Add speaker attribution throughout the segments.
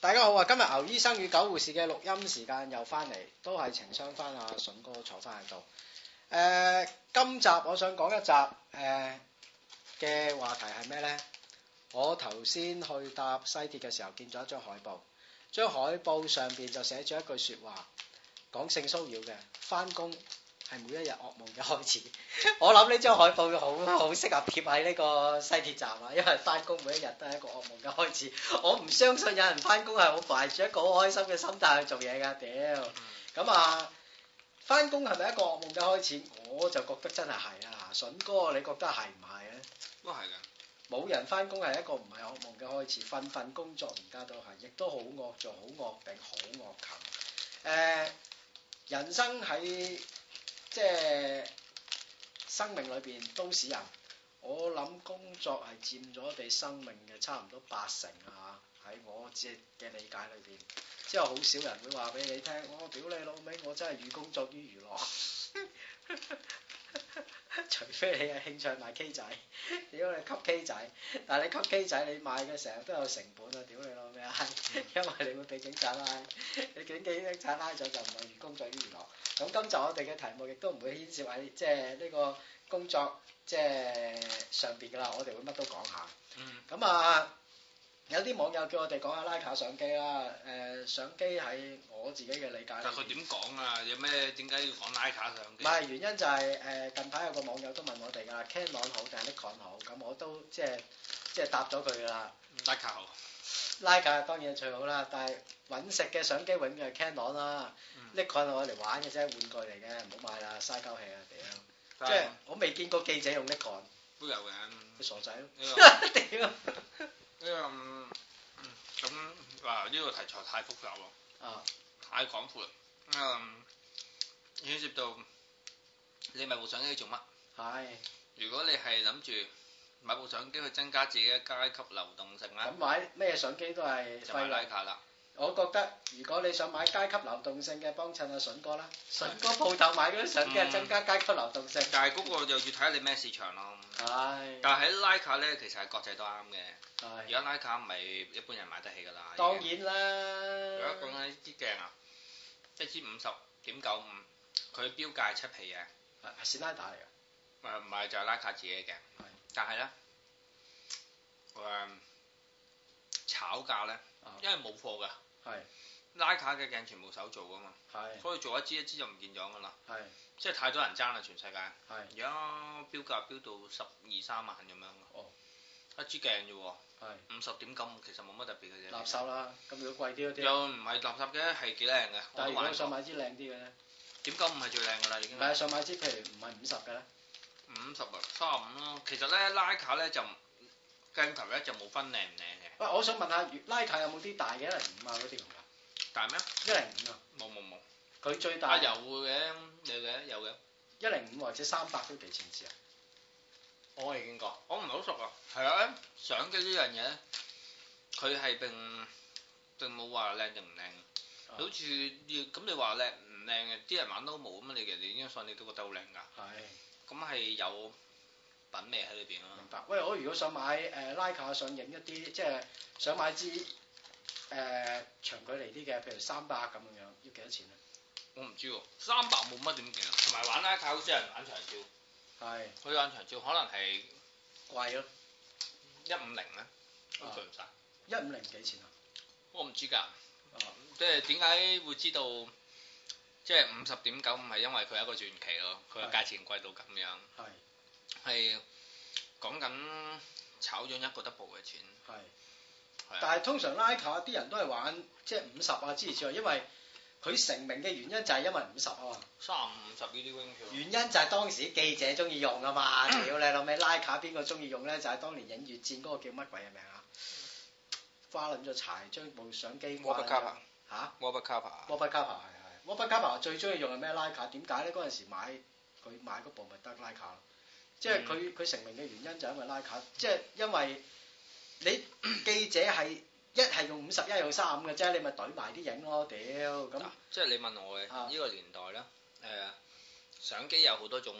Speaker 1: 大家好啊！今日牛醫生與狗護士嘅錄音時間又翻嚟，都係情商翻阿筍哥坐翻喺度。誒、今集我想講一集誒嘅、話題係咩呢？我頭先去搭西鐵嘅時候見咗一張海報，張海報上邊就寫住一句説話，講性騷擾嘅，翻工係每一日噩夢嘅開始。 我諗呢張海報好好適合貼喺呢個西鐵站啊，因為翻工每一日都係一個噩夢嘅開始。 我唔相信有人翻工係好懷住一個好開心嘅心態去做嘢㗎，屌！咁啊，翻工係咪一個噩夢嘅開始？我就覺得真係係啦，筍哥你覺得係唔係啊咧？
Speaker 2: 都係㗎。
Speaker 1: 冇人翻工係一個唔係噩夢嘅開始，份份工作而家都係，亦都好惡做，好惡頂，好惡禽。誒、人生喺即係生命裏邊，都市人，我諗工作係佔咗你生命嘅差唔多八成啊！喺我自己嘅理解裏邊，之後好少人會話俾你聽，我、屌你老味，我真係寓工作於娛樂。 除非你係興趣賣 K 仔，屌你吸 K 仔，但係你吸 K 仔你賣嘅成日都有成本啊！屌你老味啊， 因為你會俾警察拉，你警警察拉咗就唔係寓工作於娛樂。咁今集我哋嘅題目亦都唔會牽涉喺即係呢個工作即係上邊噶啦，我哋會乜都講下。
Speaker 2: 嗯。
Speaker 1: 咁啊，有啲網友叫我哋講下拉卡相機啦。誒、相機喺我自己嘅理解
Speaker 2: 但
Speaker 1: 裏
Speaker 2: 係佢
Speaker 1: 邊，
Speaker 2: 點講啊？有咩點解要講拉卡相
Speaker 1: 唔
Speaker 2: 機？
Speaker 1: 係原因就係、誒、近排有個網友都問我哋㗎啦，Canon 好定係 Nikon 好？咁我都即係即係答咗佢㗎啦。
Speaker 2: 拉卡好。
Speaker 1: 拉架當然係最好啦，但係揾食嘅相機永遠係 Canon 啦
Speaker 2: 嗯
Speaker 1: ，Nikon 係我嚟玩嘅啫，玩具嚟嘅，唔好買啦，嘥鳩氣啊屌！
Speaker 2: 但
Speaker 1: 即
Speaker 2: 係
Speaker 1: 係我未見過記者用 Nikon，
Speaker 2: 都有嘅。
Speaker 1: 佢傻仔咯，
Speaker 2: 呢個
Speaker 1: 屌！
Speaker 2: 呢個嗯咁嗱，呢個題材太複雜喎，
Speaker 1: 啊，
Speaker 2: 太廣闊啦。嗯，牽涉到你買部相機做乜？
Speaker 1: 係
Speaker 2: 如果你係諗住買部相機去增加自己嘅階級流動性咧
Speaker 1: 咁，買咩相機都係
Speaker 2: 啊就買
Speaker 1: 廢
Speaker 2: 拉
Speaker 1: 啦。
Speaker 2: 卡啦。
Speaker 1: 我覺得如果你想買階級流動性嘅，幫襯阿筍哥啦，筍哥鋪頭買嗰啲相機係
Speaker 2: 嗯
Speaker 1: 增加階級流動性。
Speaker 2: 但係嗰個就要睇下你咩市場咯。
Speaker 1: 係
Speaker 2: 但係喺拉卡咧，其實係國際都啱嘅。而
Speaker 1: 係，
Speaker 2: 家拉卡唔係一般人買得起㗎啦。已經
Speaker 1: 當然
Speaker 2: 如果講
Speaker 1: 啦。
Speaker 2: 緊呢支鏡啊，一支五十點九五，佢標價係七皮嘅，
Speaker 1: 係史丹啊打嚟㗎，
Speaker 2: 誒唔係就係拉卡自己嘅鏡
Speaker 1: 係，
Speaker 2: 但係咧誒炒價咧
Speaker 1: 啊，
Speaker 2: 因為冇貨㗎，
Speaker 1: 係
Speaker 2: 拉卡嘅鏡全部手做㗎嘛，
Speaker 1: 係
Speaker 2: 所以做一支一支就唔見咗㗎啦，
Speaker 1: 係
Speaker 2: 即係太多人爭啦，全世界
Speaker 1: 係
Speaker 2: 而家標價標到十二三萬咁樣㗎
Speaker 1: 哦
Speaker 2: 一支鏡啫喎，
Speaker 1: 係
Speaker 2: 五十點九其實冇乜特別嘅啫，
Speaker 1: 垃圾啦。咁如果貴啲嗰啲，
Speaker 2: 又唔係垃圾嘅，係幾靚嘅，我
Speaker 1: 但係
Speaker 2: 都
Speaker 1: 如果
Speaker 2: 玩
Speaker 1: 想
Speaker 2: 過，
Speaker 1: 買支靚啲嘅咧，
Speaker 2: 點九唔係最靚㗎啦已經
Speaker 1: 唔。係啊想買支譬如唔係五十嘅咧，
Speaker 2: 五十啊，三十五咯。其實咧，拉卡咧就唔鏡頭咧就冇分靚唔靚嘅，
Speaker 1: 喂，我想問下，如拉卡有冇啲大嘅一零五啊嗰啲咁㗎？
Speaker 2: 但係咩？
Speaker 1: 一零五啊，
Speaker 2: 冇冇冇，
Speaker 1: 佢最
Speaker 2: 啊
Speaker 1: 大
Speaker 2: 有嘅，有嘅有嘅。
Speaker 1: 一零五或者三百都幾錢支啊？
Speaker 2: 我未見過，我唔係好熟啊。係啊，相機呢樣嘢咧，佢係並並冇話靚定唔靚。
Speaker 1: 啊
Speaker 2: 好似要咁你話靚唔靚嘅，啲人玩都冇咁你其實你影相你都覺得好靚㗎。
Speaker 1: 係。
Speaker 2: 咁係有品味喺裏邊咯。
Speaker 1: 明白。喂，我如果想買誒、呃拉卡想影一啲，即係想買支誒、呃、長距離啲嘅，譬如三百咁樣樣，要幾多錢咧？
Speaker 2: 我唔知喎，三百冇乜點勁啊，同埋玩拉卡好似有人玩長焦，
Speaker 1: 係
Speaker 2: 佢玩長焦可能係
Speaker 1: 貴咯，
Speaker 2: 一五零咧，都做唔晒。
Speaker 1: 一五零幾錢啊？
Speaker 2: 啊我唔知㗎，即係點解會知道？即係五十點九五係因為佢係一個傳奇咯，佢嘅
Speaker 1: 係
Speaker 2: 價錢貴到咁樣，
Speaker 1: 係
Speaker 2: 係講緊炒咗一個 double 嘅錢。
Speaker 1: 係
Speaker 2: 係啊。
Speaker 1: 但係通常拉卡啲人都係玩即係五十啊之類之類，因為佢成名嘅原因就係因為五十啊嘛。
Speaker 2: 三五十呢啲 wing 票，
Speaker 1: 原因就係當時記者中意用啊嘛， 屌你老味拉卡邊個中意用咧？就係、當年影越戰嗰個叫乜鬼嘅名啊？花撚咗柴將部相機
Speaker 2: 摩
Speaker 1: 掛
Speaker 2: 不
Speaker 1: 撚
Speaker 2: 卡
Speaker 1: 咗
Speaker 2: 帕，
Speaker 1: 嚇。
Speaker 2: 摩不卡帕，
Speaker 1: 摩巴卡牌係係，摩巴卡牌最中意用係咩拉卡？點解咧？嗰陣時買佢買嗰部咪得拉卡咯，即係佢佢成名嘅原因就係因為拉卡，即係因為你 記者係一係用五十，一係用三十五嘅啫，你咪懟埋啲影咯，屌咁
Speaker 2: 嗱即係你問我嘅
Speaker 1: 啊
Speaker 2: 呢個年代咧，誒相機有好多種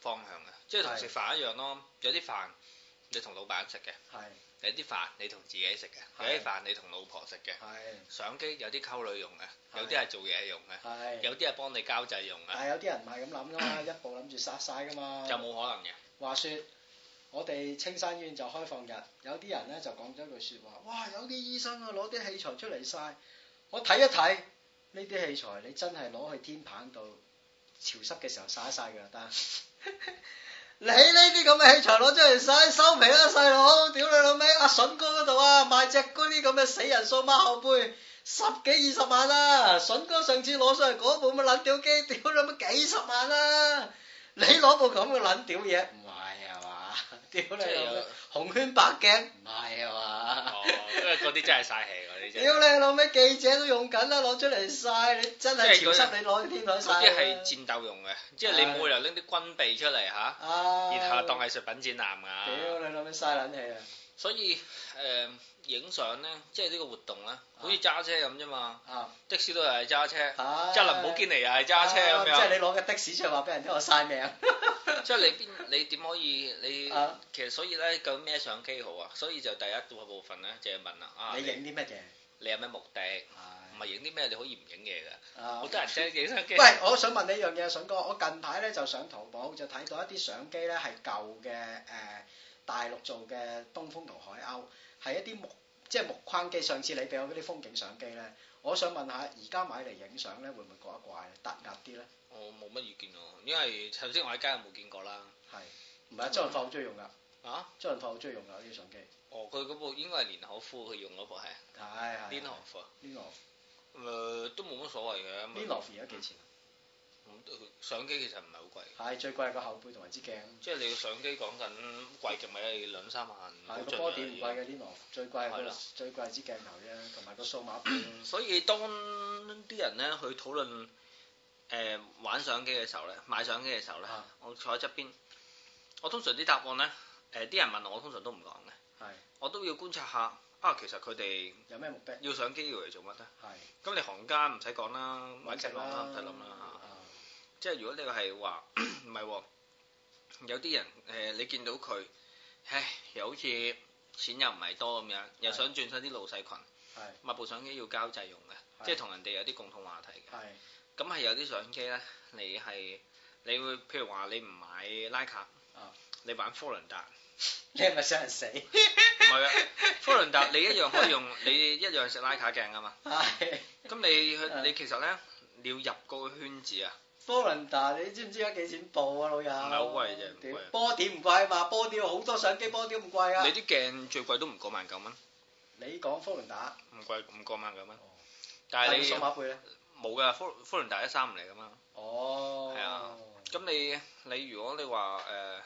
Speaker 2: 方向嘅，即係同
Speaker 1: 係
Speaker 2: 食飯一樣咯。有啲飯你同老闆食嘅，
Speaker 1: 係
Speaker 2: 有啲飯你同自己食嘅，有啲飯你同老婆食嘅。
Speaker 1: 係
Speaker 2: 相機有啲溝女用嘅，
Speaker 1: 係
Speaker 2: 有啲係做嘢用嘅，
Speaker 1: 係。
Speaker 2: 有啲係幫你交際用
Speaker 1: 但
Speaker 2: 嘅，
Speaker 1: 係有啲人唔係咁諗噶嘛，一步諗住殺晒噶嘛。
Speaker 2: 就冇可能嘅。
Speaker 1: 話説，我哋青山醫院就開放日，有啲人咧就講咗一句説話，哇！有啲醫生啊，攞啲器材出嚟晒，我睇一睇呢啲器材，你真係攞去天棚度潮濕嘅時候晒一晒㗎，但 你呢啲咁嘅器材攞出嚟晒，收皮啦細佬！屌你老味，阿筍哥嗰度啊，賣只嗰啲咁嘅死人數碼後背。十幾二十萬啦、筍哥上次攞上嚟嗰部咁嘅撚屌機，屌你媽幾十萬啦、你攞部咁嘅撚屌嘢，唔係啊嘛？屌你老味，紅圈白鏡，唔係啊嘛？
Speaker 2: 哦，因為嗰啲真係嘥氣嗰啲真係。
Speaker 1: 屌你老味，記者都用緊啦，攞出嚟晒，你真係
Speaker 2: 即
Speaker 1: 潮
Speaker 2: 係嗰啲
Speaker 1: 濕，你攞天台晒
Speaker 2: 嗰
Speaker 1: 啦。
Speaker 2: 啲係戰鬥用嘅，即係你冇理由拎啲軍備出嚟嚇，
Speaker 1: 啊！
Speaker 2: 然後當藝術品展覽㗎。
Speaker 1: 屌你老味，嘥撚氣啊！
Speaker 2: 所以誒影相咧，即係呢個活動咧，好似揸車咁啫嘛。
Speaker 1: 啊，
Speaker 2: 的士都係揸車，
Speaker 1: 啊
Speaker 2: 即係林寶堅尼又係揸車咁
Speaker 1: 啊即係
Speaker 2: 樣。
Speaker 1: 你攞架的士出嚟話俾人聽，我晒命。
Speaker 2: 即係你邊你點可以你
Speaker 1: 啊
Speaker 2: 其實所以咧究竟咩相機好啊？所以就第一個部分咧就係問啦啊，
Speaker 1: 你
Speaker 2: 你
Speaker 1: 影啲乜嘢？
Speaker 2: 你有咩目的？唔
Speaker 1: 係
Speaker 2: 係影啲咩你可以唔影嘢㗎。
Speaker 1: 啊
Speaker 2: 好多人真係影相機。
Speaker 1: 喂，我想問你一樣嘢，筍哥，我近排咧就上淘寶就睇到一啲相機咧係舊嘅誒、呃大陸做嘅東風同海鷗，係一啲木即係木框機。上次你俾我嗰啲風景相機咧，我想問下，而家買嚟影相咧會唔會覺得怪咧，突兀啲咧？
Speaker 2: 我冇乜意見喎，因為頭先我喺街冇見過啦。
Speaker 1: 唔係啊，周潤發好中意用噶，
Speaker 2: 啊？
Speaker 1: 周潤發好中意用噶呢啲相機。
Speaker 2: 哦，佢嗰部應該係連可夫，佢用嗰部係
Speaker 1: 係係。
Speaker 2: 連可夫啊。
Speaker 1: Lenovo，Lenovo
Speaker 2: 誒都冇乜所謂嘅。咪
Speaker 1: 而家幾錢啊？
Speaker 2: 咁都相機其實唔係好貴，
Speaker 1: 係最貴係個後背同埋支鏡，
Speaker 2: 即係你個相機講緊貴極咪係兩三萬。
Speaker 1: 係個
Speaker 2: 嗯好盡
Speaker 1: 波點唔
Speaker 2: 量
Speaker 1: 貴嘅 Lenovo，最貴係
Speaker 2: 係
Speaker 1: 個
Speaker 2: 啦
Speaker 1: 最貴係支鏡頭啫，同埋個數碼盤。
Speaker 2: 所以當啲人咧去討論誒、呃玩相機嘅時候咧，買相機嘅時候咧，
Speaker 1: 啊
Speaker 2: 我坐喺側邊，我通常啲答案咧，誒、啲人問我，我通常都唔講嘅，
Speaker 1: 係
Speaker 2: 我都要觀察下啊，其實佢哋
Speaker 1: 有咩目的？
Speaker 2: 要相機要嚟做乜咧？
Speaker 1: 係。
Speaker 2: 咁你行家唔使講啦，揾
Speaker 1: 食
Speaker 2: 食浪啦，唔使諗啦啊嚇。即係如果你係話 唔係喎，有啲人誒、呃你見到佢，唉，又好似錢又唔係多咁樣，又想轉身啲老細群，
Speaker 1: 係
Speaker 2: 買部相機要交際用嘅，
Speaker 1: 係
Speaker 2: 即係同人哋有啲共同話題嘅。
Speaker 1: 係
Speaker 2: 咁係有啲相機咧，你係你會譬如話你唔買拉卡
Speaker 1: 啊，
Speaker 2: 你玩科倫達，
Speaker 1: 你係咪想人死？
Speaker 2: 唔係啊，科倫達你一樣可以用， 你一樣食拉卡鏡啊嘛。
Speaker 1: 係
Speaker 2: 咁你去
Speaker 1: 啊
Speaker 2: 你其實咧，你要入嗰個圈子啊，
Speaker 1: 波倫達，你知唔知而家幾錢部啊，老友？唔
Speaker 2: 係好貴啫唔貴
Speaker 1: 波點唔貴啊嘛，波點好多相機波點唔貴啊
Speaker 2: 你。啲鏡最貴都唔過萬九蚊。
Speaker 1: 你講科倫達，
Speaker 2: 唔貴五個萬九蚊
Speaker 1: 哦，
Speaker 2: 但係
Speaker 1: 但係數
Speaker 2: 你
Speaker 1: 碼背咧？
Speaker 2: 冇㗎，科科倫達一三嚟㗎嘛。
Speaker 1: 哦，
Speaker 2: 係啊，咁你你如果你話誒、呃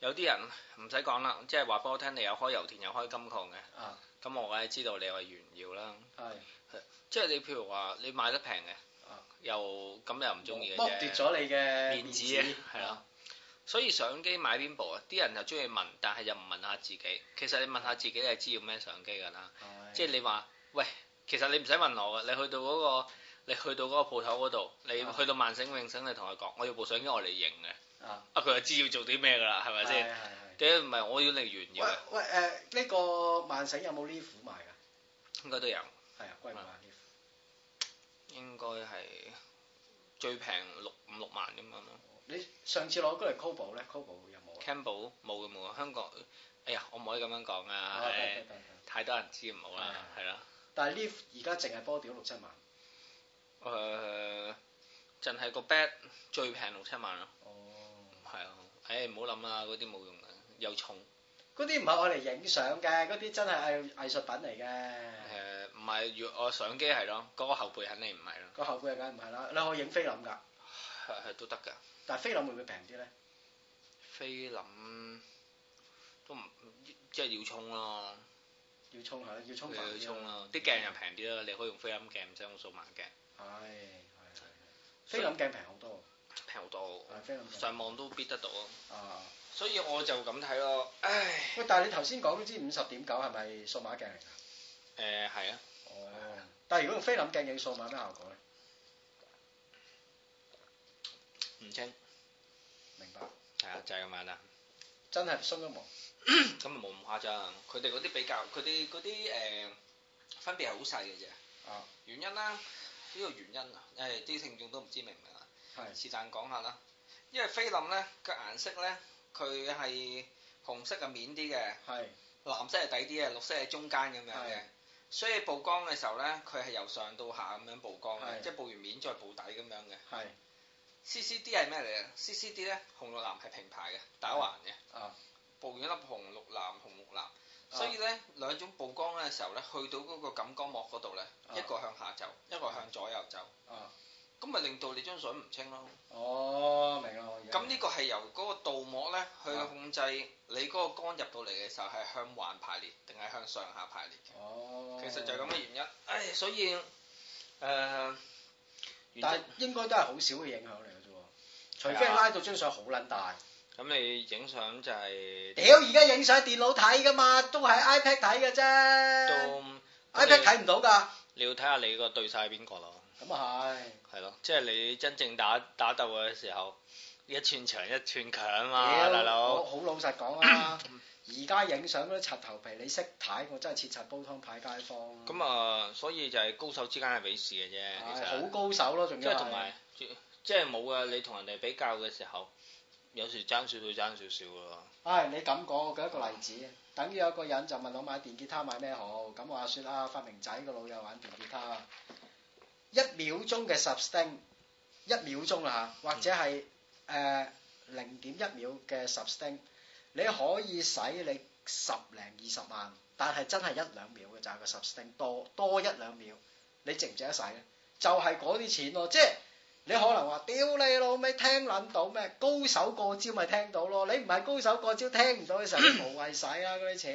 Speaker 2: 有啲人唔使講啦，即係話俾我聽，你有開油田有開金礦嘅，
Speaker 1: 啊
Speaker 2: 咁我梗係知道你係炫耀啦。
Speaker 1: 係
Speaker 2: 即係你譬如話你買得平嘅
Speaker 1: 啊，
Speaker 2: 又咁又唔中意嘅
Speaker 1: 剝奪
Speaker 2: 啫。
Speaker 1: 咗你嘅
Speaker 2: 面子啊係啊，所以相機買邊部啊？啲人就中意問，但係又唔問下自己。其實你問下自己，你知要咩相機㗎啦。
Speaker 1: 啊
Speaker 2: 即係你話，喂，其實你唔使問我嘅，你去到嗰、個，你去到嗰個鋪頭嗰度，你
Speaker 1: 啊
Speaker 2: 去到萬盛永盛，你同佢講，我要部相機我嚟影嘅，
Speaker 1: 啊
Speaker 2: 啊，佢就知要做啲咩㗎啦，係咪先？
Speaker 1: 係係
Speaker 2: 屌唔係我要嚟炫耀啊
Speaker 1: 喂
Speaker 2: 嘅，
Speaker 1: 喂誒，呢個萬城有冇呢款賣㗎？
Speaker 2: 應該都有，
Speaker 1: 係啊，貴唔貴啊
Speaker 2: 啊？應該係最平六五六萬咁樣咯。
Speaker 1: 你上次攞過嚟 Cobo 咧，Cobo 有冇啊？
Speaker 2: Campbell 冇嘅冇嘅，香港，哎呀，我唔可以咁樣講啊，
Speaker 1: 啊得
Speaker 2: 誒
Speaker 1: 得得得
Speaker 2: 太多人知唔好啦，係啦，
Speaker 1: 但係呢而家淨係波屌六七萬。
Speaker 2: 誒，淨係個 bed 最平六七萬咯，
Speaker 1: 哦。
Speaker 2: 係啊，誒唔好諗啦，嗰啲冇用嘅，又重。
Speaker 1: 嗰啲唔係我嚟影相嘅，嗰啲真係藝藝術品嚟嘅。
Speaker 2: 誒唔係，如我相機係咯，嗰、個後背肯定唔係咯，
Speaker 1: 個後背梗係唔係啦，你可以影菲林㗎，
Speaker 2: 係係都得㗎。
Speaker 1: 但係菲林會唔會平啲咧？
Speaker 2: 菲林都唔即係要衝咯，
Speaker 1: 要衝下，要衝
Speaker 2: 你
Speaker 1: 飯
Speaker 2: 要衝
Speaker 1: 啦
Speaker 2: 咯，啊嗯啲鏡又平啲啦，你可以用菲林鏡，唔使用數碼鏡，
Speaker 1: 係係係。菲林鏡平好多，
Speaker 2: 平好多
Speaker 1: 係菲林
Speaker 2: 喎，
Speaker 1: 鏡。
Speaker 2: 上網都必得到啊。
Speaker 1: 啊！
Speaker 2: 所以我就咁睇咯，唉，
Speaker 1: 喂，但係你頭先講嗰支五十點九係咪數碼鏡嚟㗎？
Speaker 2: 誒係啊，
Speaker 1: 哦。但係如果用菲林鏡影數碼咩效果咧？
Speaker 2: 唔清
Speaker 1: 明白。
Speaker 2: 係啊，就係咁樣啦。
Speaker 1: 真係鬆一毛。
Speaker 2: 咁咪冇咁誇張。佢哋嗰啲比較，佢哋嗰啲誒分別係好細嘅啫。
Speaker 1: 啊，
Speaker 2: 原因啦，呢個原因啊，誒啲聽眾都唔知明唔明啊？
Speaker 1: 係
Speaker 2: 是但講下啦，因為菲林咧個顏色咧，佢係紅色嘅面啲嘅，
Speaker 1: 係
Speaker 2: 藍色係底啲嘅，綠色係中間咁樣
Speaker 1: 係
Speaker 2: 嘅。所以曝光嘅時候咧，佢係由上到下咁樣曝光
Speaker 1: 係
Speaker 2: 嘅，即係曝完面再曝底咁樣嘅。
Speaker 1: 係
Speaker 2: CCD 係咩嚟嘅？CCD 咧紅綠藍係平排嘅，打橫嘅。
Speaker 1: 啊，
Speaker 2: 曝完一粒紅綠藍紅綠藍，所以咧兩種曝光嘅時候咧，去到嗰個感光膜嗰度咧，
Speaker 1: 啊
Speaker 2: 一個向下走，一個向左右走，
Speaker 1: 啊，
Speaker 2: 咁咪令到你張相唔清咯。
Speaker 1: 哦，明啦，我而家
Speaker 2: 咁呢個係由嗰個鍍膜咧去
Speaker 1: 啊
Speaker 2: 控制你嗰個光入到嚟嘅時候係向橫排列定係向上下排列嘅，
Speaker 1: 哦，
Speaker 2: 其實就係咁嘅原因。唉，所以誒，原
Speaker 1: 但係
Speaker 2: 則
Speaker 1: 應該都係好少嘅影響嚟嘅啫喎，除非
Speaker 2: 係啊
Speaker 1: 拉到張相好撚大。
Speaker 2: 咁你影相就係
Speaker 1: 屌，而家影相電腦睇噶嘛，都係 iPad 睇嘅啫
Speaker 2: 都
Speaker 1: ，iPad 睇唔到㗎。
Speaker 2: 你要睇下你個對晒邊個咯。
Speaker 1: 咁啊係。
Speaker 2: 係咯，即係你真正打打鬥嘅時候，一寸長一寸強啊，
Speaker 1: 屌
Speaker 2: 大佬
Speaker 1: 我。好老實講 啦，而家影相嗰啲柒頭皮，你識睇，我真係切柒煲湯派街坊。咁
Speaker 2: 咁啊，所以就係高手之間係比試嘅啫，其
Speaker 1: 好
Speaker 2: 實。
Speaker 1: 高手咯，仲
Speaker 2: 即
Speaker 1: 要
Speaker 2: 係同埋，即係冇啊！你同人哋比較嘅時候，有時爭少少爭少少咯。
Speaker 1: 唉，你咁講，我舉一個例子，等於有個人就問我買電吉他買咩好，咁話説啊，發明仔個老友玩電吉他，一秒鐘嘅 sustain，一秒鐘啦嚇，或者係
Speaker 2: 嗯
Speaker 1: 誒零點一秒嘅 sustain，你可以使你十零二十萬，但係真係一兩秒嘅咋個 sustain 多多一兩秒，你值唔值得使咧？就係嗰啲錢咯，即係。你可能話：屌你老味，聽撚到咩？高手過招咪聽到咯。你唔係高手過招，聽唔到嘅時候，你無謂使啦嗰啲錢。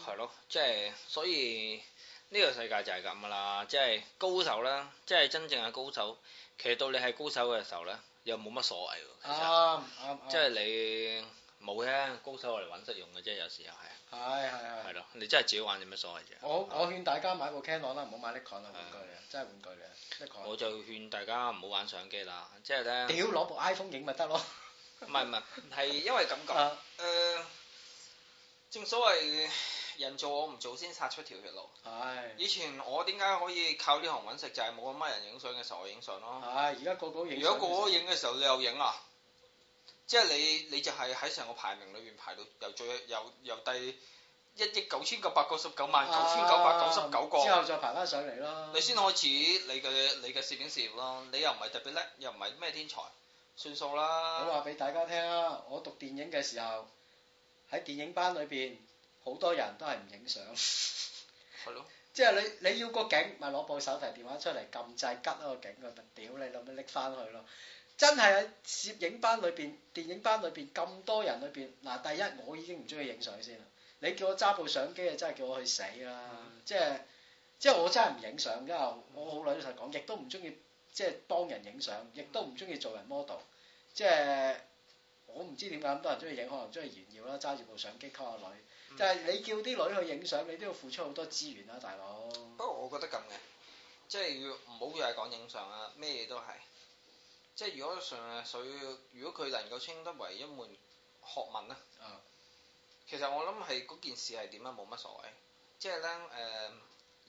Speaker 2: 係咯，即係所以呢個世界就係咁噶啦，即係高手啦，即係真正嘅高手，其實到你係高手嘅時候咧，又冇乜所謂喎。其實
Speaker 1: 啱啱啱，
Speaker 2: 即係你冇嘅，高手嚟揾實用嘅啫，有時又係。
Speaker 1: 係係係。
Speaker 2: 係咯，你真係自己玩有咩所謂啫？
Speaker 1: 我我勸大家買部 Canon 啦，唔好買 Nikon 啦，玩具嚟，真係玩具嚟。Nikon。
Speaker 2: 啊我就勸大家唔好玩相機啦，即係咧，
Speaker 1: 哦屌攞部 iPhone 影咪得咯。
Speaker 2: 唔係 唔係，係因為咁講，誒、
Speaker 1: 啊
Speaker 2: 呃正所謂人做我唔做先殺出條血路。
Speaker 1: 係。
Speaker 2: 以前我點解可以靠呢行揾食，就係冇乜人影相嘅時候我影相咯。
Speaker 1: 係，而家個個影。
Speaker 2: 如果個個影嘅時候你又影啊，即係你你就係喺成個排名裏邊排到由最由由第一億九千九百九十九萬九千九百九十九個。
Speaker 1: 啊之後再爬翻上嚟咯。
Speaker 2: 你先開始你嘅你嘅攝影事業咯，你又唔係特別叻，又唔係咩天才，算數啦。
Speaker 1: 我話俾大家聽啊，我讀電影嘅時候喺電影班裏邊，好多人都係唔影相。
Speaker 2: 係咯，
Speaker 1: 即係你你要個景，咪攞部手提電話出嚟撳掣吉嗰個景，佢咪屌你老味拎翻去咯！真係喺攝影班裏邊、電影班裏邊咁多人裏邊，嗱第一我已經唔中意影相先啦，你叫我揸部相機啊，真係叫我去死啦！
Speaker 2: 嗯
Speaker 1: 即係即係我真係唔影相㗎，我好老實講，亦都唔中意即係幫人影相，亦都唔中意做人 model，即係我唔知點解咁多人中意影，可能中意炫耀啦，揸住部相機溝下女。
Speaker 2: 嗯
Speaker 1: 就係你叫啲女去影相，你都要付出好多資源啦，啊大佬。
Speaker 2: 不過我覺得咁嘅，即係要唔好又係講影相啦，咩嘢都係。即係如果純粹，如果佢能夠稱得為一門學問啦，
Speaker 1: 啊
Speaker 2: 其實我諗係嗰件事係點啊，冇乜所謂。即係咧誒，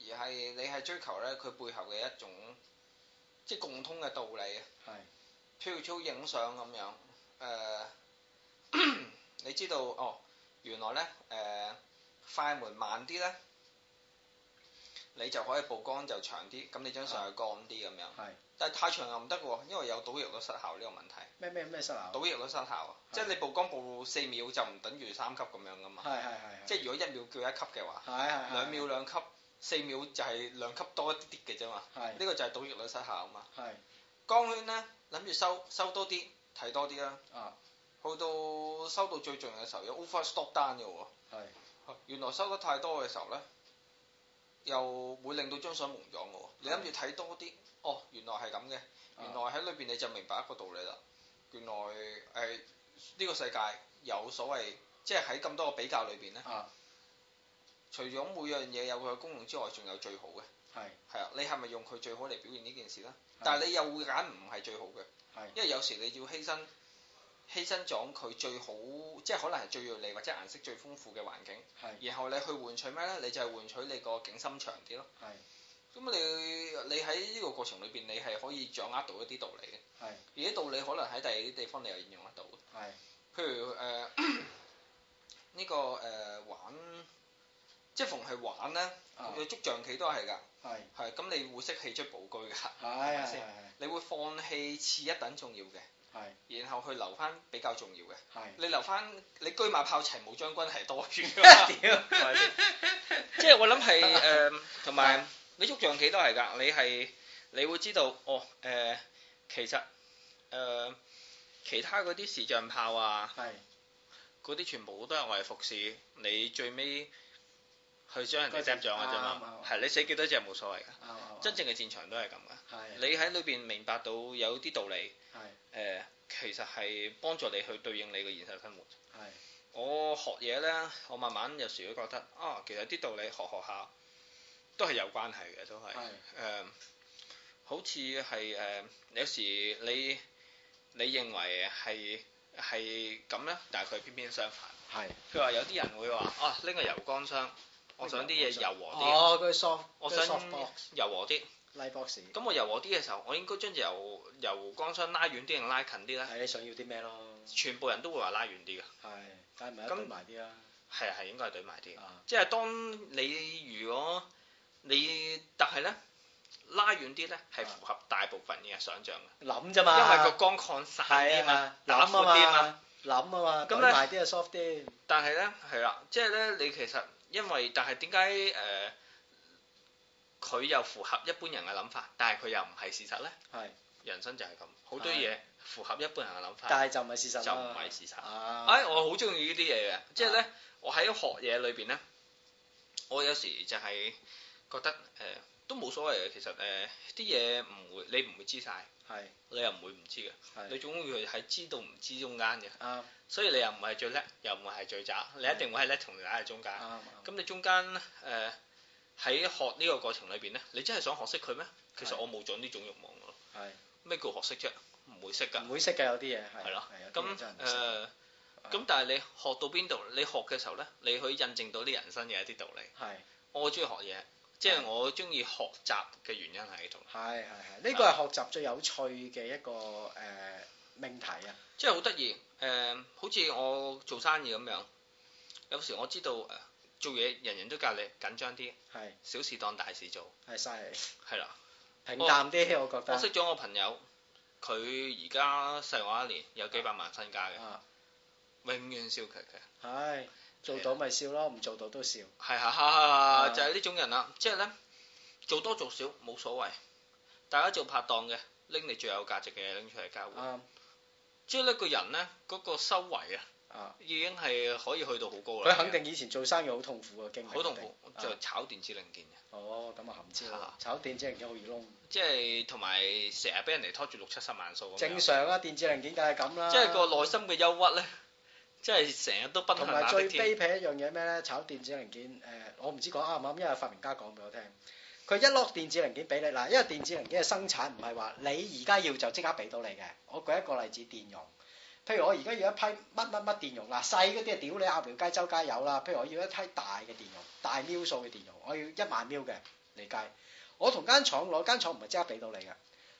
Speaker 2: 而係你係追求咧佢背後嘅一種即係共通嘅道理啊。
Speaker 1: 係
Speaker 2: 譬如操影相咁樣，誒、 你知道哦，原來咧誒、快門慢啲咧，你就可以曝光就長啲，咁你張相就光啲咁樣。
Speaker 1: 啊係
Speaker 2: 但係太長又唔得喎，因為有倒逆率失效呢個問題。
Speaker 1: 咩咩咩失流？
Speaker 2: 倒逆率失效啊，
Speaker 1: 係
Speaker 2: 即係你曝光曝四秒就唔等於三級咁樣噶嘛。
Speaker 1: 係係係
Speaker 2: 即係如果一秒叫一級嘅話，
Speaker 1: 係係
Speaker 2: 兩秒兩級，四秒就係兩級多一啲啲嘅啫嘛。
Speaker 1: 係
Speaker 2: 呢個就係倒逆率失效啊嘛。
Speaker 1: 係
Speaker 2: 光圈咧諗住收收多啲，睇多啲啦。
Speaker 1: 啊
Speaker 2: 去到收到最盡嘅時候有 overstock 單嘅喎，
Speaker 1: 係
Speaker 2: 原來收得太多嘅時候咧，又會令到張相蒙咗嘅喎。你諗住睇多啲，哦，原來係咁嘅，
Speaker 1: 啊
Speaker 2: 原來喺裏邊你就明白一個道理啦。原來誒呢、個世界有所謂，即係喺咁多個比較裏邊咧，
Speaker 1: 啊
Speaker 2: 除咗每樣嘢有佢嘅功用之外，仲有最好嘅。
Speaker 1: 係
Speaker 2: 係啊，你係咪用佢最好嚟表現呢件事咧
Speaker 1: 係？
Speaker 2: 但係你又會揀唔係最好嘅，
Speaker 1: 係
Speaker 2: 因為有時你要犧牲
Speaker 3: 犧牲咗佢最好，即係可能係最鋭利或者顏色最豐富嘅環境，
Speaker 1: 係
Speaker 3: 然後你去換取咩咧？你就係換取你個景深長啲咯。
Speaker 1: 係
Speaker 3: 咁你你喺呢個過程裏邊，你係可以掌握到一啲道理嘅，
Speaker 1: 係
Speaker 3: 而啲道理可能喺第二啲地方你又應用得到。
Speaker 1: 係
Speaker 3: 譬如誒呢、個誒、玩，即係逢係玩咧，
Speaker 2: Ờ.
Speaker 1: 啊
Speaker 3: 你捉象棋都係㗎，
Speaker 1: 係
Speaker 3: 係咁你會識棄卒保車
Speaker 2: Ờ,
Speaker 3: 㗎，
Speaker 1: 係 係
Speaker 3: 你會放棄次一等重要嘅，
Speaker 1: 係
Speaker 3: 然後去留翻比較重要嘅。
Speaker 1: 係
Speaker 3: 你留翻你車馬炮齊冇將軍係多餘㗎嘛
Speaker 1: 係屌
Speaker 3: 係咪先 即係我諗係誒，同埋你捉象棋都係㗎，你係你會知道哦誒、其實誒、其他嗰啲視像炮啊。
Speaker 1: 係
Speaker 3: 嗰啲全部都係外服侍，你最尾去將人哋
Speaker 1: 嗰啊隻
Speaker 3: zap 咗嘅啫嘛，
Speaker 1: 啱啱
Speaker 3: 係你死幾多隻冇所謂㗎，
Speaker 1: 啱啱
Speaker 3: 真正嘅戰場都係咁㗎。
Speaker 1: 係
Speaker 3: 你喺裏邊明白到有啲道理，
Speaker 1: 係
Speaker 3: 誒、其實係幫助你去對應你嘅現實生活。
Speaker 1: 係
Speaker 3: 我學嘢呢，我慢慢有時都覺得啊，其實啲道理學學下都係有關係嘅，都係。
Speaker 1: 係
Speaker 3: 誒、好似係誒，有時你你認為係係咁咧，但係佢偏偏相反。
Speaker 1: 係
Speaker 3: 譬如話有啲人會話啊，拎個油缸箱，我想啲嘢柔和啲，
Speaker 1: 哦，佢 Ờ, soft
Speaker 3: 我
Speaker 1: 佢
Speaker 3: 想
Speaker 1: soft box
Speaker 3: 柔和啲。
Speaker 1: 拉 box
Speaker 3: 咁我柔和啲嘅時候，我應該將隻油油缸箱拉遠啲定拉近啲咧？
Speaker 1: 睇你想要啲咩咯，
Speaker 3: 全部人都會話拉遠啲嘅，
Speaker 1: 係梗係咪一
Speaker 3: 咁
Speaker 1: 對埋啲啦？
Speaker 3: 係係應該係對埋啲嘅。
Speaker 1: 啊
Speaker 3: 即係當你如果你，但係咧拉遠啲咧係
Speaker 1: 啊
Speaker 3: 符合大部分人嘅想像嘅，
Speaker 1: 諗啫
Speaker 3: 因
Speaker 1: 嘛，
Speaker 3: 為個缸擴散
Speaker 1: 啊係
Speaker 3: 啲
Speaker 1: 啊
Speaker 3: 嘛。
Speaker 1: 嘛，
Speaker 3: 打
Speaker 1: 諗
Speaker 3: 闊啲
Speaker 1: 啊
Speaker 3: 啊
Speaker 1: 嘛，諗啊嘛，
Speaker 3: 咁
Speaker 1: 咁
Speaker 3: 咧
Speaker 1: 埋啲啊 soft 啲，
Speaker 3: 但係咧係啦，即係咧你其實因為但係點解誒佢又符合一般人嘅諗法，但係佢又唔係事實咧？
Speaker 1: 係
Speaker 3: 人生就係咁，好多嘢符合一般人嘅諗法，
Speaker 1: 但係就唔係事實
Speaker 3: 就
Speaker 1: 啦
Speaker 3: 唔係事實。
Speaker 1: 啊，
Speaker 3: 哎，我好中意呢啲嘢嘅，即係咧，我喺學嘢裏邊咧，我有時就係覺得誒、呃都冇所謂嘅，其實誒呃啲嘢唔會你唔會知晒，
Speaker 1: 係
Speaker 3: 你又唔會唔知嘅，
Speaker 1: 係
Speaker 3: 你總會喺知道唔知中間嘅。
Speaker 1: 啱
Speaker 3: 所以你又唔係最叻，又唔係最渣，你一定會係叻同渣喺中間。
Speaker 1: 啱
Speaker 3: 咁你中間誒喺學呢個過程裏邊咧，你真係想學識佢咩？其實
Speaker 1: 係
Speaker 3: 我冇咗呢種慾望咯。
Speaker 1: 係
Speaker 3: 咩叫學識啫？唔會識㗎
Speaker 1: 唔。會識嘅有啲嘢係
Speaker 3: 係咯
Speaker 1: 係有啲嘢
Speaker 3: 咁
Speaker 1: 真係唔啊識
Speaker 3: 誒，咁但係你學到邊度？你學嘅時候咧，你去印證到啲人生嘅一啲道理。
Speaker 1: 係。
Speaker 3: 我中意學嘢，即係
Speaker 1: 係
Speaker 3: 我中意學習嘅原因喺度。
Speaker 1: 係係係，呢個
Speaker 3: 啊
Speaker 1: 係學習最有趣嘅一個誒、呃命題啊！
Speaker 3: 即係好得意誒，好似我做生意咁樣，有時我知道誒、做嘢人人都教你緊張啲，
Speaker 1: 係
Speaker 3: 小事當大事做。
Speaker 1: 係犀利，
Speaker 3: 係啦，
Speaker 1: 平淡啲，我覺
Speaker 3: 哦我
Speaker 1: 得。
Speaker 3: 識咗我朋友，佢而家細我一年，有幾百萬身家嘅，
Speaker 1: 啊，
Speaker 3: 永遠笑騎騎，
Speaker 1: 唉，做到咪笑咯，唔做到都笑。
Speaker 3: 係啊，就係呢種人啦。即係咧，做多做少冇所謂，大家做拍檔嘅，拎你最有價值嘅嘢拎出嚟交換。
Speaker 1: 啱
Speaker 3: 即係呢個人咧，嗰個修為啊，
Speaker 1: 啊！
Speaker 3: 已經係可以去到好高
Speaker 1: 佢
Speaker 3: 啦。
Speaker 1: 肯定以前做生意好痛苦嘅經歷。
Speaker 3: 好痛
Speaker 1: 一定啊
Speaker 3: 苦，就炒電子零件嘅，
Speaker 1: 哦，咁啊含招啦
Speaker 3: 啊！
Speaker 1: 炒電子零件好易窿，
Speaker 3: 即係同埋成日俾人哋拖住六七十萬數咁
Speaker 1: 正
Speaker 3: 樣，
Speaker 1: 常啊！電子零件梗係咁啦。
Speaker 3: 即係個內心嘅憂鬱咧，即係成日都奔
Speaker 1: 同
Speaker 3: 向
Speaker 1: 埋
Speaker 3: 那
Speaker 1: 最
Speaker 3: 的天。
Speaker 1: 卑鄙一樣嘢咩咧？炒電子零件誒、我唔知講啱唔啱，因為發明家講俾我聽，佢一 lock 電子零件俾你嗱，因為電子零件嘅生產唔係話你而家要就即刻俾到你嘅。我舉一個例子，電容，譬如我而家要一批乜乜乜電容嗱，細嗰啲啊屌你鴨寮街周街有啦。譬如我要一批大嘅電容，大 mil 數嘅電容，我要一萬 mil 嘅理解。我同間廠攞，間廠唔係即刻俾到你嘅，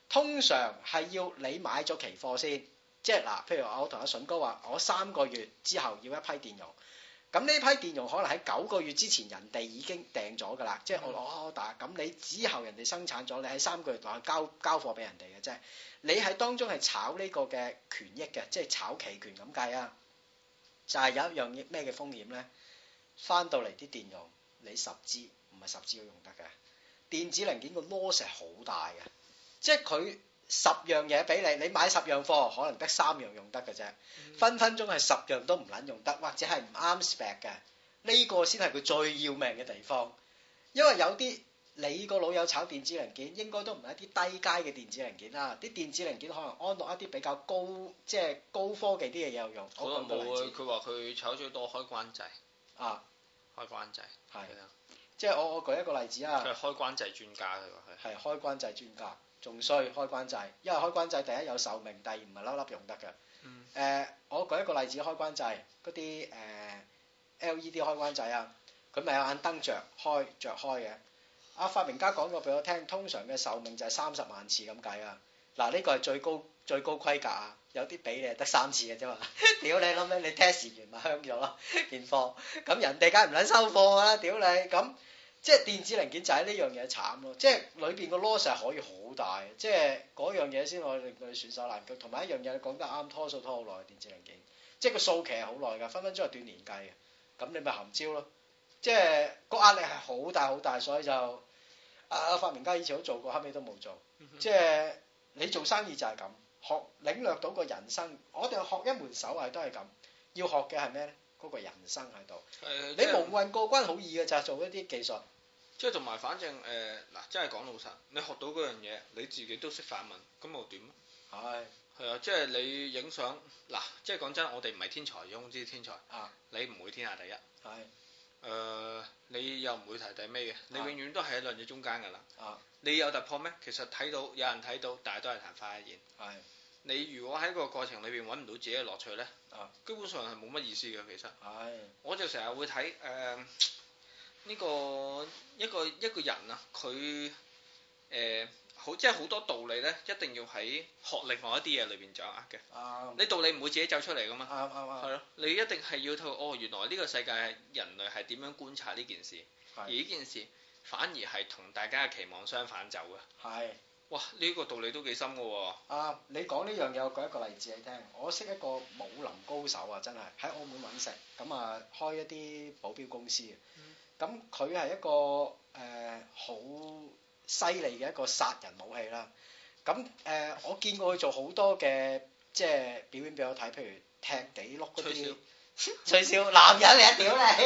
Speaker 1: 通常係要你買咗期貨先。即係嗱，譬如話我同阿筍哥話，我三個月之後要一批電容，咁呢批電容可能喺九個月之前人哋已經訂咗㗎啦，即係我攞 order，咁你之後人哋生產咗，你喺三個月內交交貨俾人哋嘅啫，你喺當中係炒呢個嘅權益嘅，即係炒期權咁計啊，就係、有一樣嘢咩嘅風險咧？翻到嚟啲電容，你十支唔係十支都用得嘅，電子零件個 loss 係好大嘅，即係佢。十樣嘢俾你，你買十樣貨，可能得三樣用得嘅啫，
Speaker 3: 嗯
Speaker 1: 分分鐘係十樣都唔撚用得，或者係唔啱 spec 嘅，呢、個先係佢最要命嘅地方。因為有啲你個老友炒電子零件，應該都唔係一啲低階嘅電子零件啦，啲電子零件可能安落一啲比較高，即係高科技啲嘢有用。
Speaker 3: 好
Speaker 1: 我
Speaker 3: 耐
Speaker 1: 講個
Speaker 3: 冇
Speaker 1: 例
Speaker 3: 啊！
Speaker 1: 子
Speaker 3: 佢話佢炒最多開關掣，
Speaker 1: 啊，
Speaker 3: 開關掣
Speaker 1: 係
Speaker 3: 係啊，
Speaker 1: 即係我我舉一個例子啊
Speaker 2: 佢，係開關制專家佢話佢。
Speaker 1: 係開關掣專家，仲衰開關掣，因為開關掣第一有壽命，第二唔係粒粒用得嘅。誒、
Speaker 3: 嗯
Speaker 1: 我舉一個例子，開關掣嗰啲誒 LED 開關掣啊，佢咪有眼燈着開着開嘅。阿發明家講過俾我聽，通常嘅壽命就係三十萬次咁計啊。嗱，呢個係最高最高規格啊！有啲俾你係得三次嘅啫嘛， 屌你諗咩？你 test 完咪香咗咯件貨，咁人哋梗係唔撚收貨啦，屌你咁。即係電子零件就係呢樣嘢慘咯，即係裏邊個 loss 係可以好大嘅，即係嗰樣嘢先可以令到你損手爛腳。同埋一樣嘢你講得啱，拖數拖好耐電子零件，即係個數期係好耐㗎，分分鐘係斷年計嘅。咁你咪含招咯，即係個壓力係好大好大，所以就啊發明家以前都做過，後尾都冇做。即係你做生意就係咁，學領略到個人生。我哋學一門手藝都係咁，要學嘅係咩咧？嗰、個人生喺度，
Speaker 3: 誒
Speaker 1: 你蒙混過關好易嘅就係做一啲技術。
Speaker 3: 即係同埋，反正誒嗱、真係講老實，你學到嗰樣嘢，你自己都識反問，咁我點啊？
Speaker 1: 唉，
Speaker 3: 係啊，即係你影相嗱，即係講真，我哋唔係天才，庸之天才
Speaker 1: 啊，
Speaker 3: 你唔會天下第一，誒、
Speaker 1: 係。
Speaker 3: 你又唔會排第尾嘅，你
Speaker 1: 啊
Speaker 3: 永遠都係喺兩者中間㗎啦。
Speaker 1: 啊
Speaker 3: 你有突破咩？其實睇到有人睇到，但係都係曇花一現。
Speaker 1: 係
Speaker 3: 你如果喺個過程裏邊揾唔到自己嘅樂趣呢，
Speaker 1: 啊
Speaker 3: 基本上係冇乜意思嘅。其實
Speaker 1: 係
Speaker 3: 我就成日會睇誒呢個一個一個人啊，佢誒、呃好即係好多道理呢，一定要喺學另外一啲嘢裏邊掌握嘅。
Speaker 1: 啱
Speaker 3: 你道理唔會自己走出嚟噶嘛。
Speaker 1: 啱啱
Speaker 3: 係咯，你一定係要透哦，原來呢個世界人類係點樣觀察呢件事，
Speaker 1: 係
Speaker 3: 而呢件事反而係同大家嘅期望相反走嘅。
Speaker 1: 啱係
Speaker 3: 哇！呢、個道理都幾深嘅喎。
Speaker 1: 啱。你講呢樣嘢，我舉一個例子你聽。我識一個武林高手啊，真係喺澳門揾食，咁啊開一啲保鏢公司嘅。咁佢係一個誒好犀利嘅一個殺人武器啦。咁誒、呃我見過佢做好多嘅即係表演俾我睇，譬如踢地碌嗰
Speaker 3: 吹簫
Speaker 1: 啲。 吹簫，男人嚟啊！屌你，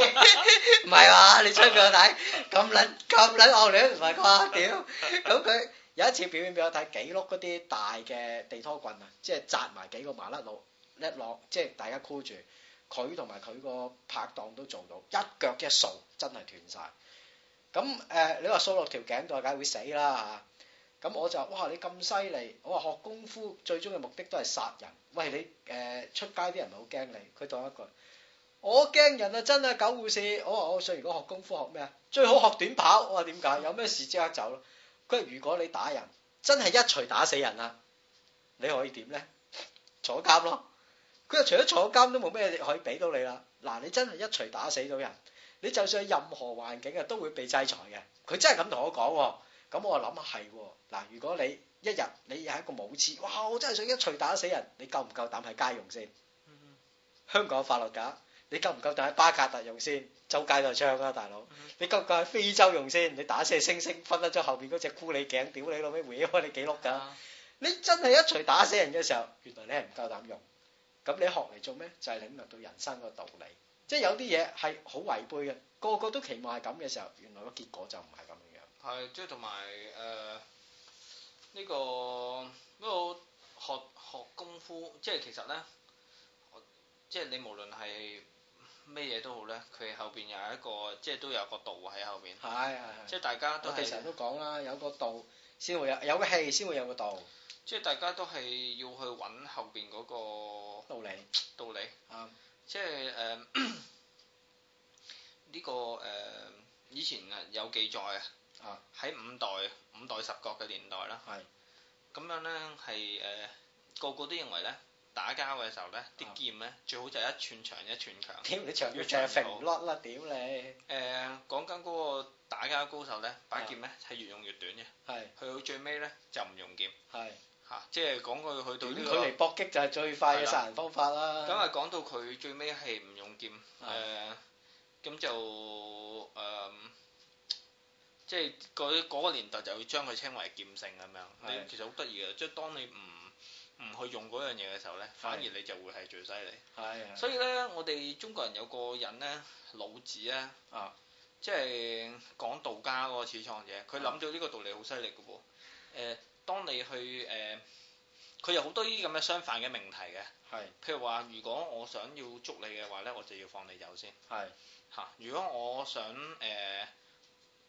Speaker 1: 唔係話你吹俾我睇，咁撚咁撚惡劣，唔係啩？屌，咁佢有一次表演俾我睇，幾碌嗰啲大嘅地拖棍啊，即係扎埋幾個麻甩佬叻落，即係大家箍住，佢同埋佢個拍檔都做到，一腳一掃真係斷晒。咁誒、呃你話掃落條頸度，梗係會死啦咁我就話哇，你咁犀利！我話學功夫最終嘅目的都係殺人。喂，你誒、呃出街啲人咪好驚你？佢當一句。我驚人啊！真係狗護士，我話我想如果學功夫學咩啊？最好學短跑。我話點解？有咩事即刻走咯。佢話如果你打人，真係一錘打死人啦，你可以點咧？ 坐監咯。佢話除咗坐監都冇咩可以俾到你啦。嗱，你真係一錘打死到人，你就算喺任何環境啊都會被制裁嘅。佢真係咁同我講喎。咁我諗下係喎。嗱，如果你一日你係一個武痴，哇！我真係想一錘打死人，你夠唔夠膽喺街用先？嗯香港法律㗎。你夠唔夠膽喺巴格達用先？周街就槍啦，大佬！你夠唔夠喺非洲用先？你打死隻猩猩，分分鐘後邊嗰只箍你頸，屌你老味，搲開你幾碌㗎！你真係一錘打死人嘅時候，原來你係唔夠膽用。咁你學嚟做咩？就係、領略到人生個道理。即係有啲嘢係好違背嘅，個個都期望係咁嘅時候，原來個結果就唔係咁樣。
Speaker 3: 係，即係同埋誒呢個不過學學功夫，即係其實咧，我即係你無論係咩嘢都好咧，佢後邊有一個即係都有個道喺後邊，
Speaker 1: 係係
Speaker 2: 嗯
Speaker 1: 係。
Speaker 3: 即係大家都
Speaker 2: 哦
Speaker 1: 我哋
Speaker 3: 係
Speaker 1: 成日都講啦，有個道先會有，有個氣先會有個道
Speaker 3: 即係大家都係要去揾後邊嗰個
Speaker 1: 道理。
Speaker 3: 道理，
Speaker 1: 啱
Speaker 3: 即係 誒呢個誒、以前啊有記載
Speaker 1: 啊
Speaker 3: 啊，喺五代五代十國嘅年代啦，
Speaker 1: 係
Speaker 3: 咁樣咧係誒個個都認為咧打交嘅時候咧啲
Speaker 1: 啊
Speaker 3: 劍咧最好就係一寸長一寸強，
Speaker 1: 屌你長腳長係揈唔甩啦，屌你！
Speaker 3: 誒呃講緊嗰個打交高手咧把
Speaker 1: 啊
Speaker 3: 劍咧係越用越短嘅，
Speaker 1: 係
Speaker 3: 去到最尾咧就唔用劍
Speaker 1: 係。
Speaker 3: 嚇、即係講佢去到
Speaker 1: 短
Speaker 3: 呢、
Speaker 1: 距
Speaker 3: 個。
Speaker 1: 離搏擊就係最快嘅殺人方法啦。
Speaker 3: 咁啊，講到佢最尾係唔用劍，誒、
Speaker 1: 啊
Speaker 3: 咁就誒、即係嗰嗰個年代就要將佢稱為劍聖咁樣。
Speaker 1: 係
Speaker 3: 你其實好得意嘅，即係當你唔唔去用嗰樣嘢嘅時候咧，反而你就會係最犀利。
Speaker 1: 係啊
Speaker 3: 所以咧，我哋中國人有個人咧，老子咧，
Speaker 1: 啊
Speaker 3: 即係講道家嗰個始創者，佢
Speaker 1: 啊
Speaker 3: 諗到呢個道理好犀利嘅喎。誒、當你去誒，佢、有好多呢啲咁嘅相反嘅命題嘅。
Speaker 1: 係
Speaker 3: 譬如話，如果我想要捉你嘅話咧，我就要放你走先
Speaker 1: 係
Speaker 3: 嚇、如果我想誒、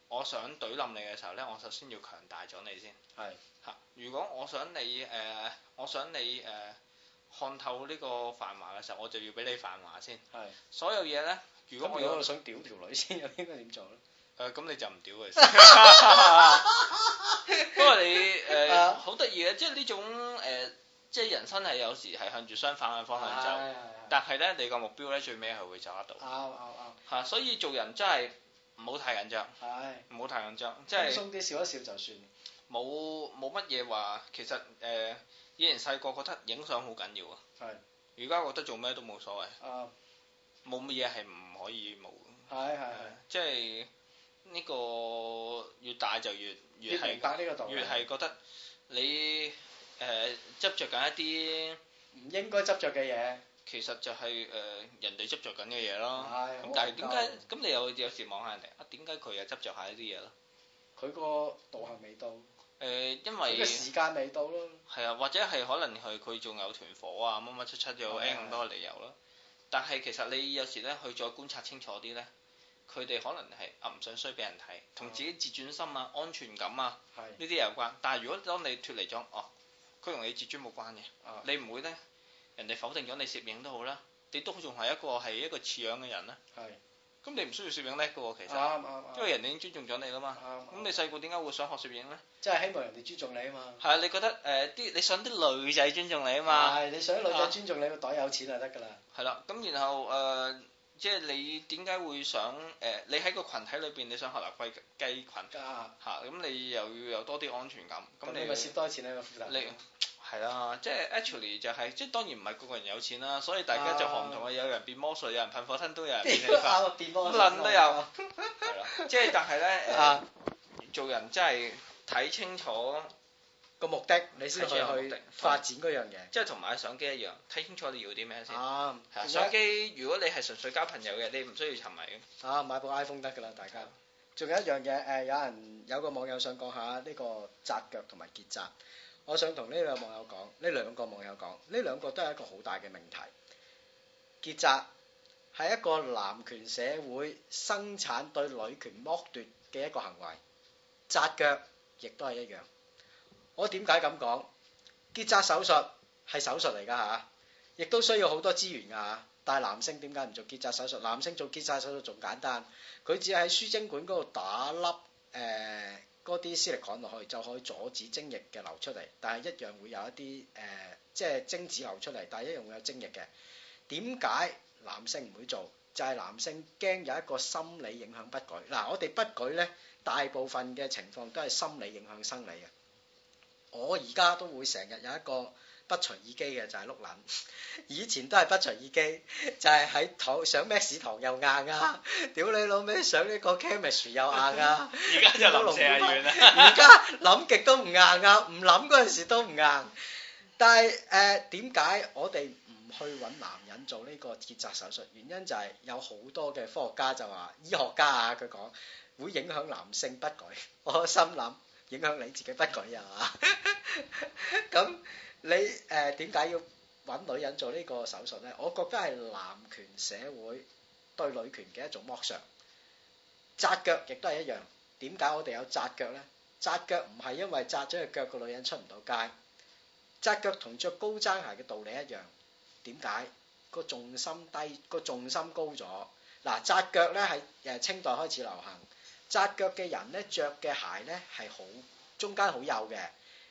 Speaker 3: 我想懟冧你嘅時候咧，我首先要強大咗你先。
Speaker 1: 係
Speaker 3: 嚇，如果我想你誒、呃我想你誒、呃看透呢個繁華嘅時候，我就要俾你繁華先。
Speaker 1: 係
Speaker 3: 所有嘢咧，如
Speaker 1: 咁
Speaker 3: 果我
Speaker 1: 如
Speaker 3: 要
Speaker 1: 果我想屌條女先， 應該點做咧？
Speaker 3: 誒咁你就唔屌佢 先。不過你誒
Speaker 1: 啊
Speaker 3: 好得意嘅，即係呢種誒，即係人生係有時係向住相反嘅方向走，
Speaker 1: 係係
Speaker 3: 但係咧你個目標咧最尾係會走得到
Speaker 1: 係啱啱
Speaker 3: 嚇，所以做人真係唔好太緊張，
Speaker 1: 啱，係
Speaker 3: 唔好太緊張，即
Speaker 1: 輕
Speaker 3: 係
Speaker 1: 鬆啲笑一笑就算。
Speaker 3: 冇冇乜嘢話，其實誒以前細個覺得影相好緊要啊，
Speaker 1: 係
Speaker 3: 而家覺得做咩都冇所謂，
Speaker 1: 啊，
Speaker 3: 冇乜嘢係唔可以冇，
Speaker 1: 係係
Speaker 3: 係
Speaker 1: 係，
Speaker 3: 即係呢個越大就越越
Speaker 1: 要
Speaker 3: 係
Speaker 1: 明。白呢個道理
Speaker 3: 越，係覺得你誒、呃、執着緊一啲，
Speaker 1: 唔應該執着嘅嘢。
Speaker 3: 其實就係、呃人哋執着緊嘅嘢咯。
Speaker 1: 係
Speaker 3: 哦咁
Speaker 1: 好
Speaker 3: 但係點
Speaker 1: 難
Speaker 3: 解咁你又有時望下人哋啊？點解佢又執着下呢啲嘢咯？
Speaker 1: 佢個道行未到，
Speaker 3: 誒、因
Speaker 1: 佢嘅
Speaker 3: 為
Speaker 1: 時間未到咯。
Speaker 3: 係啊，或者係可能係佢仲有團火啊，乜乜七七有
Speaker 1: 係
Speaker 3: N 咁多理由咯。但係其實你有時咧去再觀察清楚啲咧，佢哋可能係啊唔想衰俾人睇，同
Speaker 1: 嗯
Speaker 3: 自己自尊心啊、安全感啊。
Speaker 1: 係
Speaker 3: 呢啲有關，但係如果當你脱離咗，哦，佢同你自尊冇關嘅，
Speaker 1: 啊
Speaker 3: 你唔會呢，人哋否定咗你攝影都好啦，你都仲係一個係一個似樣嘅人啦。
Speaker 1: 係
Speaker 3: 咁你唔需要攝影叻嘅喎，其
Speaker 1: 啱
Speaker 3: 實，
Speaker 1: 啱啱，
Speaker 3: 因為人哋已經尊重咗你啦嘛。
Speaker 1: 啱
Speaker 3: 咁你細個點解會想學攝影呢？
Speaker 1: 即係希望人哋尊重你啊嘛。
Speaker 3: 係啊，你覺得誒啲、你想啲女仔尊重你啊嘛，
Speaker 1: 係你想女
Speaker 3: 啊
Speaker 1: 仔尊重你個袋有錢就得㗎啦。
Speaker 3: 係啦。咁然後誒、呃即係你點解會想誒、呃你喺個群體裏邊，你想學立規雞群嚇，
Speaker 1: 啊，
Speaker 3: 咁你又要有多啲安全感，咁
Speaker 1: 咁
Speaker 3: 你
Speaker 1: 你咪蝕多錢喺個褲頭。
Speaker 3: 你係啦，即係 actually 就係、即係當然唔係個個人有錢啦，所以大家就學唔同嘅，有人變魔術，有人噴火吞，都有人變氣
Speaker 1: 啱
Speaker 3: 化，
Speaker 1: 啊， 變魔
Speaker 3: 咁撚都有係啦。即係但係咧，誒
Speaker 1: 啊
Speaker 3: 做人真係睇清楚，
Speaker 1: 個目的，你先去
Speaker 3: 係啊有目的
Speaker 1: 去發展嗰樣嘢。
Speaker 3: 即係同埋相機一樣，睇清楚你要啲咩先。
Speaker 1: 啱
Speaker 3: 係啊，相機如果你係純粹交朋友嘅，你唔需要沉迷嘅。
Speaker 1: 啊，買部 iPhone 得㗎啦，大家。仲有一樣嘢，誒、有人有個網友想講下呢個紮腳同埋結紮，我想同呢兩個網友講，呢兩個網友講，呢兩個都係一個好大嘅命題。結紮係一個男權社會生產對女權剝奪嘅一個行為，紮腳亦都係一樣。我點解咁講？結紮手術係手術嚟㗎嚇，亦都需要好多資源㗎嚇。但係男性點解唔做結紮手術？男性做結紮手術仲簡單。佢只係喺輸精管嗰度打粒誒嗰啲斯力桿落去，就可以阻止精液嘅流出嚟，但係一樣會有一啲誒、呃即係精子流出嚟，但係一樣會有精液嘅。點解男性唔會做？就係、男性驚有一個心理影響不舉。嗱，我哋不舉呢，大部分嘅情況都係心理影響生理嘅。我而家都會成日有一個不隨意肌嘅，就係碌撚。 以前都係不隨意肌， 就係喺堂上咩屎堂又硬啊！屌你老味，上呢個 chemistry 又硬啊！
Speaker 3: 而家
Speaker 1: 就臨四啊
Speaker 3: 遠
Speaker 1: 遠
Speaker 3: 啦。
Speaker 1: 而家諗極都唔硬啊，唔諗嗰陣時都唔硬。但係誒點解我哋唔去揾男人做呢個結紮手術？原因就係有好多嘅科學家就話，醫學家啊，佢講會影響男性不舉。我心諗影響你自己不舉啊 嘛。咁你誒點解要揾女人做呢個手術呢？我覺得係男權社會對女權嘅一種剝削。紮腳亦都係一樣。點解我哋有紮腳呢？紮腳唔係因為紮咗隻腳個女人出唔到街，紮腳同着高踭鞋嘅道理一樣。點解個重心低，個重心高咗？嗱，紮腳呢係誒清代開始流行，紮腳嘅人呢，着嘅鞋呢係好中間好幼嘅，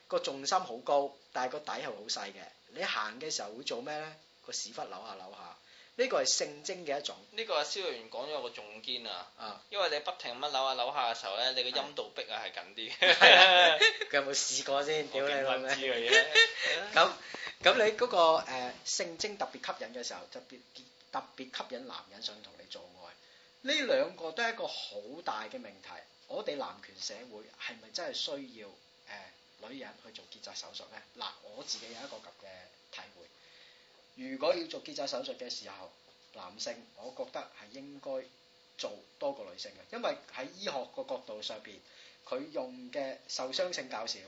Speaker 1: 個重心好高，但係個底係好細嘅。你行嘅時候會做咩呢？個屎忽扭下扭下，呢個係性徵嘅一種
Speaker 3: 呢個蕭若元講咗個重堅啊，
Speaker 1: 啊！
Speaker 3: 因為你不停咁樣扭下扭下嘅時候咧，你個陰道壁啊係啊緊啲
Speaker 1: 係
Speaker 3: 嘅。
Speaker 1: 佢有冇試過先？屌你老
Speaker 3: 我勁撚
Speaker 1: 味！
Speaker 3: 知嘅嘢。
Speaker 1: 咁咁你嗰、個、呃、性徵特別吸引嘅時候，特別特別吸引男人想同你做愛，呢兩個都係一個好大嘅命題。我哋男權社會係咪真係需要誒、呃女人去做結紮手術呢？嗱，我自己有一個咁嘅體會。如果要做結紮手術嘅時候，男性我覺得係應該做多過女性嘅，因為喺醫學個角度上邊，佢用嘅受傷性較少，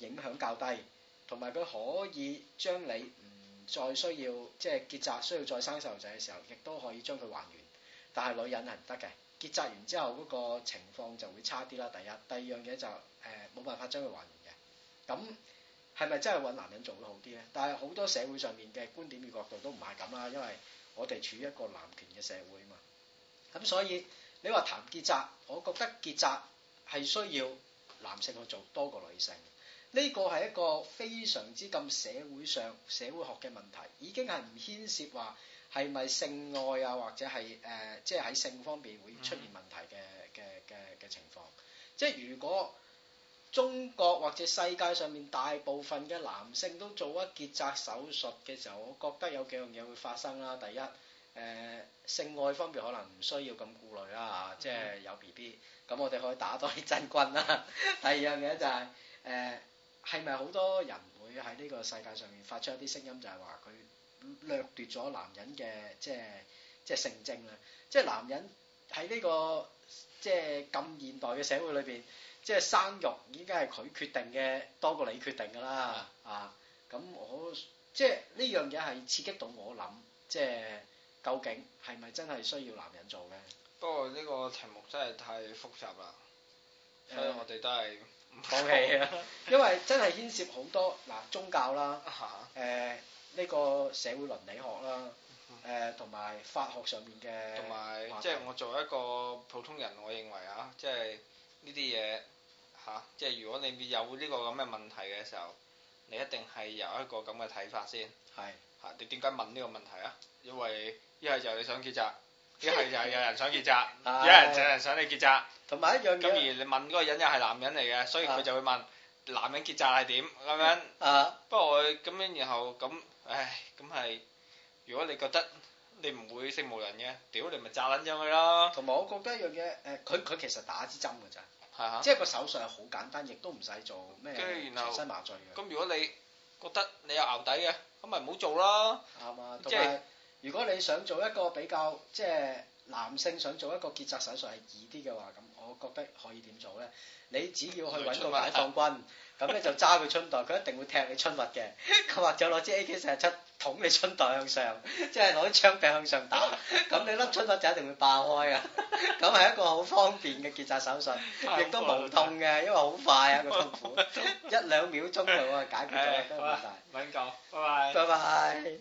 Speaker 1: 影響較低。同埋佢可以將你唔再需要即係結紮，需要再生細路仔嘅時候，亦都可以將佢還原。但係女人係唔得嘅，結結紮完之後嗰個情況就會差啲啦。第一，第二樣嘢就誒冇辦法將佢還原嘅。咁係咪真係揾男人做會好啲咧？但係好多社會上面嘅觀點與角度都唔係咁啦，因為我哋處於一個男權嘅社會啊嘛。咁所以你話談結紮，我覺得結紮係需要男性去做多過女性。呢個係一個非常之咁社會上社會學嘅問題，已經係唔牽涉話係咪性愛啊，或者係誒、呃即係喺性方面會出現問題嘅嘅嘅嘅情況。即係如果中國或者世界上面大部分嘅男性都做咗結紮手術嘅時候，我覺得有幾樣嘢會發生啦。第一，誒、性愛方面可能唔需要咁顧慮啦，嚇即係有 B B，咁我哋可以打多啲真軍啦。 第二樣嘢就係、呃誒係咪好多人會喺呢個世界上面發出一啲聲音，就係話佢掠奪咗男人嘅即係即係性徵咧？即係男人喺呢、個即係咁現代嘅社會裏邊，即係生育已經係佢決定嘅多過你決定㗎啦啊！咁我即係呢樣嘢係刺激到我諗，即係究竟係咪真係需要男人做咧？
Speaker 2: 不過呢個題目真係太複雜啦，所以 我哋都係啊 唔
Speaker 1: 放棄啊！因為真係牽涉好多嗱宗教啦。
Speaker 2: 啊。
Speaker 1: 誒呢、個社會倫理學啦，誒同埋法學上面嘅，
Speaker 2: 嗯同埋
Speaker 1: 話題
Speaker 2: 即係我作為一個普通人，我認為啊，即係呢啲嘢嚇，即係如果你有呢個咁嘅問題嘅時候，你一定係有一個咁嘅睇法先
Speaker 1: 係
Speaker 2: 嚇、你點解問呢個問題啊？因為一係就你想結 紮，一係就有人想結紮，一係就有人想你結紮。
Speaker 1: 同埋一樣
Speaker 2: 咁而
Speaker 1: 嘢
Speaker 2: 你問嗰個人又係男人嚟嘅，所以佢就會問男人結紮係點咁樣。
Speaker 1: 啊，
Speaker 2: 不過我咁樣，然後咁，唉，咁係如果你覺得你唔會性無能嘅，屌你咪炸撚咗佢咯，
Speaker 1: 同埋我覺得一樣嘢誒，佢、佢其實打支針㗎咋，
Speaker 2: 係啊。
Speaker 1: 即係個手術係好簡單，亦都唔使做咩
Speaker 2: 跟住然後
Speaker 1: 全身麻醉嘅，
Speaker 2: 咁如果你覺得你有淆底嘅，咁咪唔好做啦。
Speaker 1: 啱啊。
Speaker 2: 即
Speaker 1: 同
Speaker 2: 係
Speaker 1: 埋如果你想做一個比較即係男性想做一個結紮手術係易啲嘅話，咁我覺得可以點做咧？你只要去揾個解放 軍，咁咧就揸佢春袋，佢一定會踢你春物嘅，佢或者攞支 AK 四十七捅你春袋向上，即係攞啲槍柄向上打，咁你粒春物就一定會爆開 啊！咁係一個好方便嘅結紮手術，
Speaker 2: 啊
Speaker 1: 亦都無痛嘅，因為好快啊個痛 苦，一兩秒鐘就可以解決咗
Speaker 2: 唉
Speaker 1: 呢個問題。
Speaker 2: 揾夠，拜拜。
Speaker 1: 拜拜。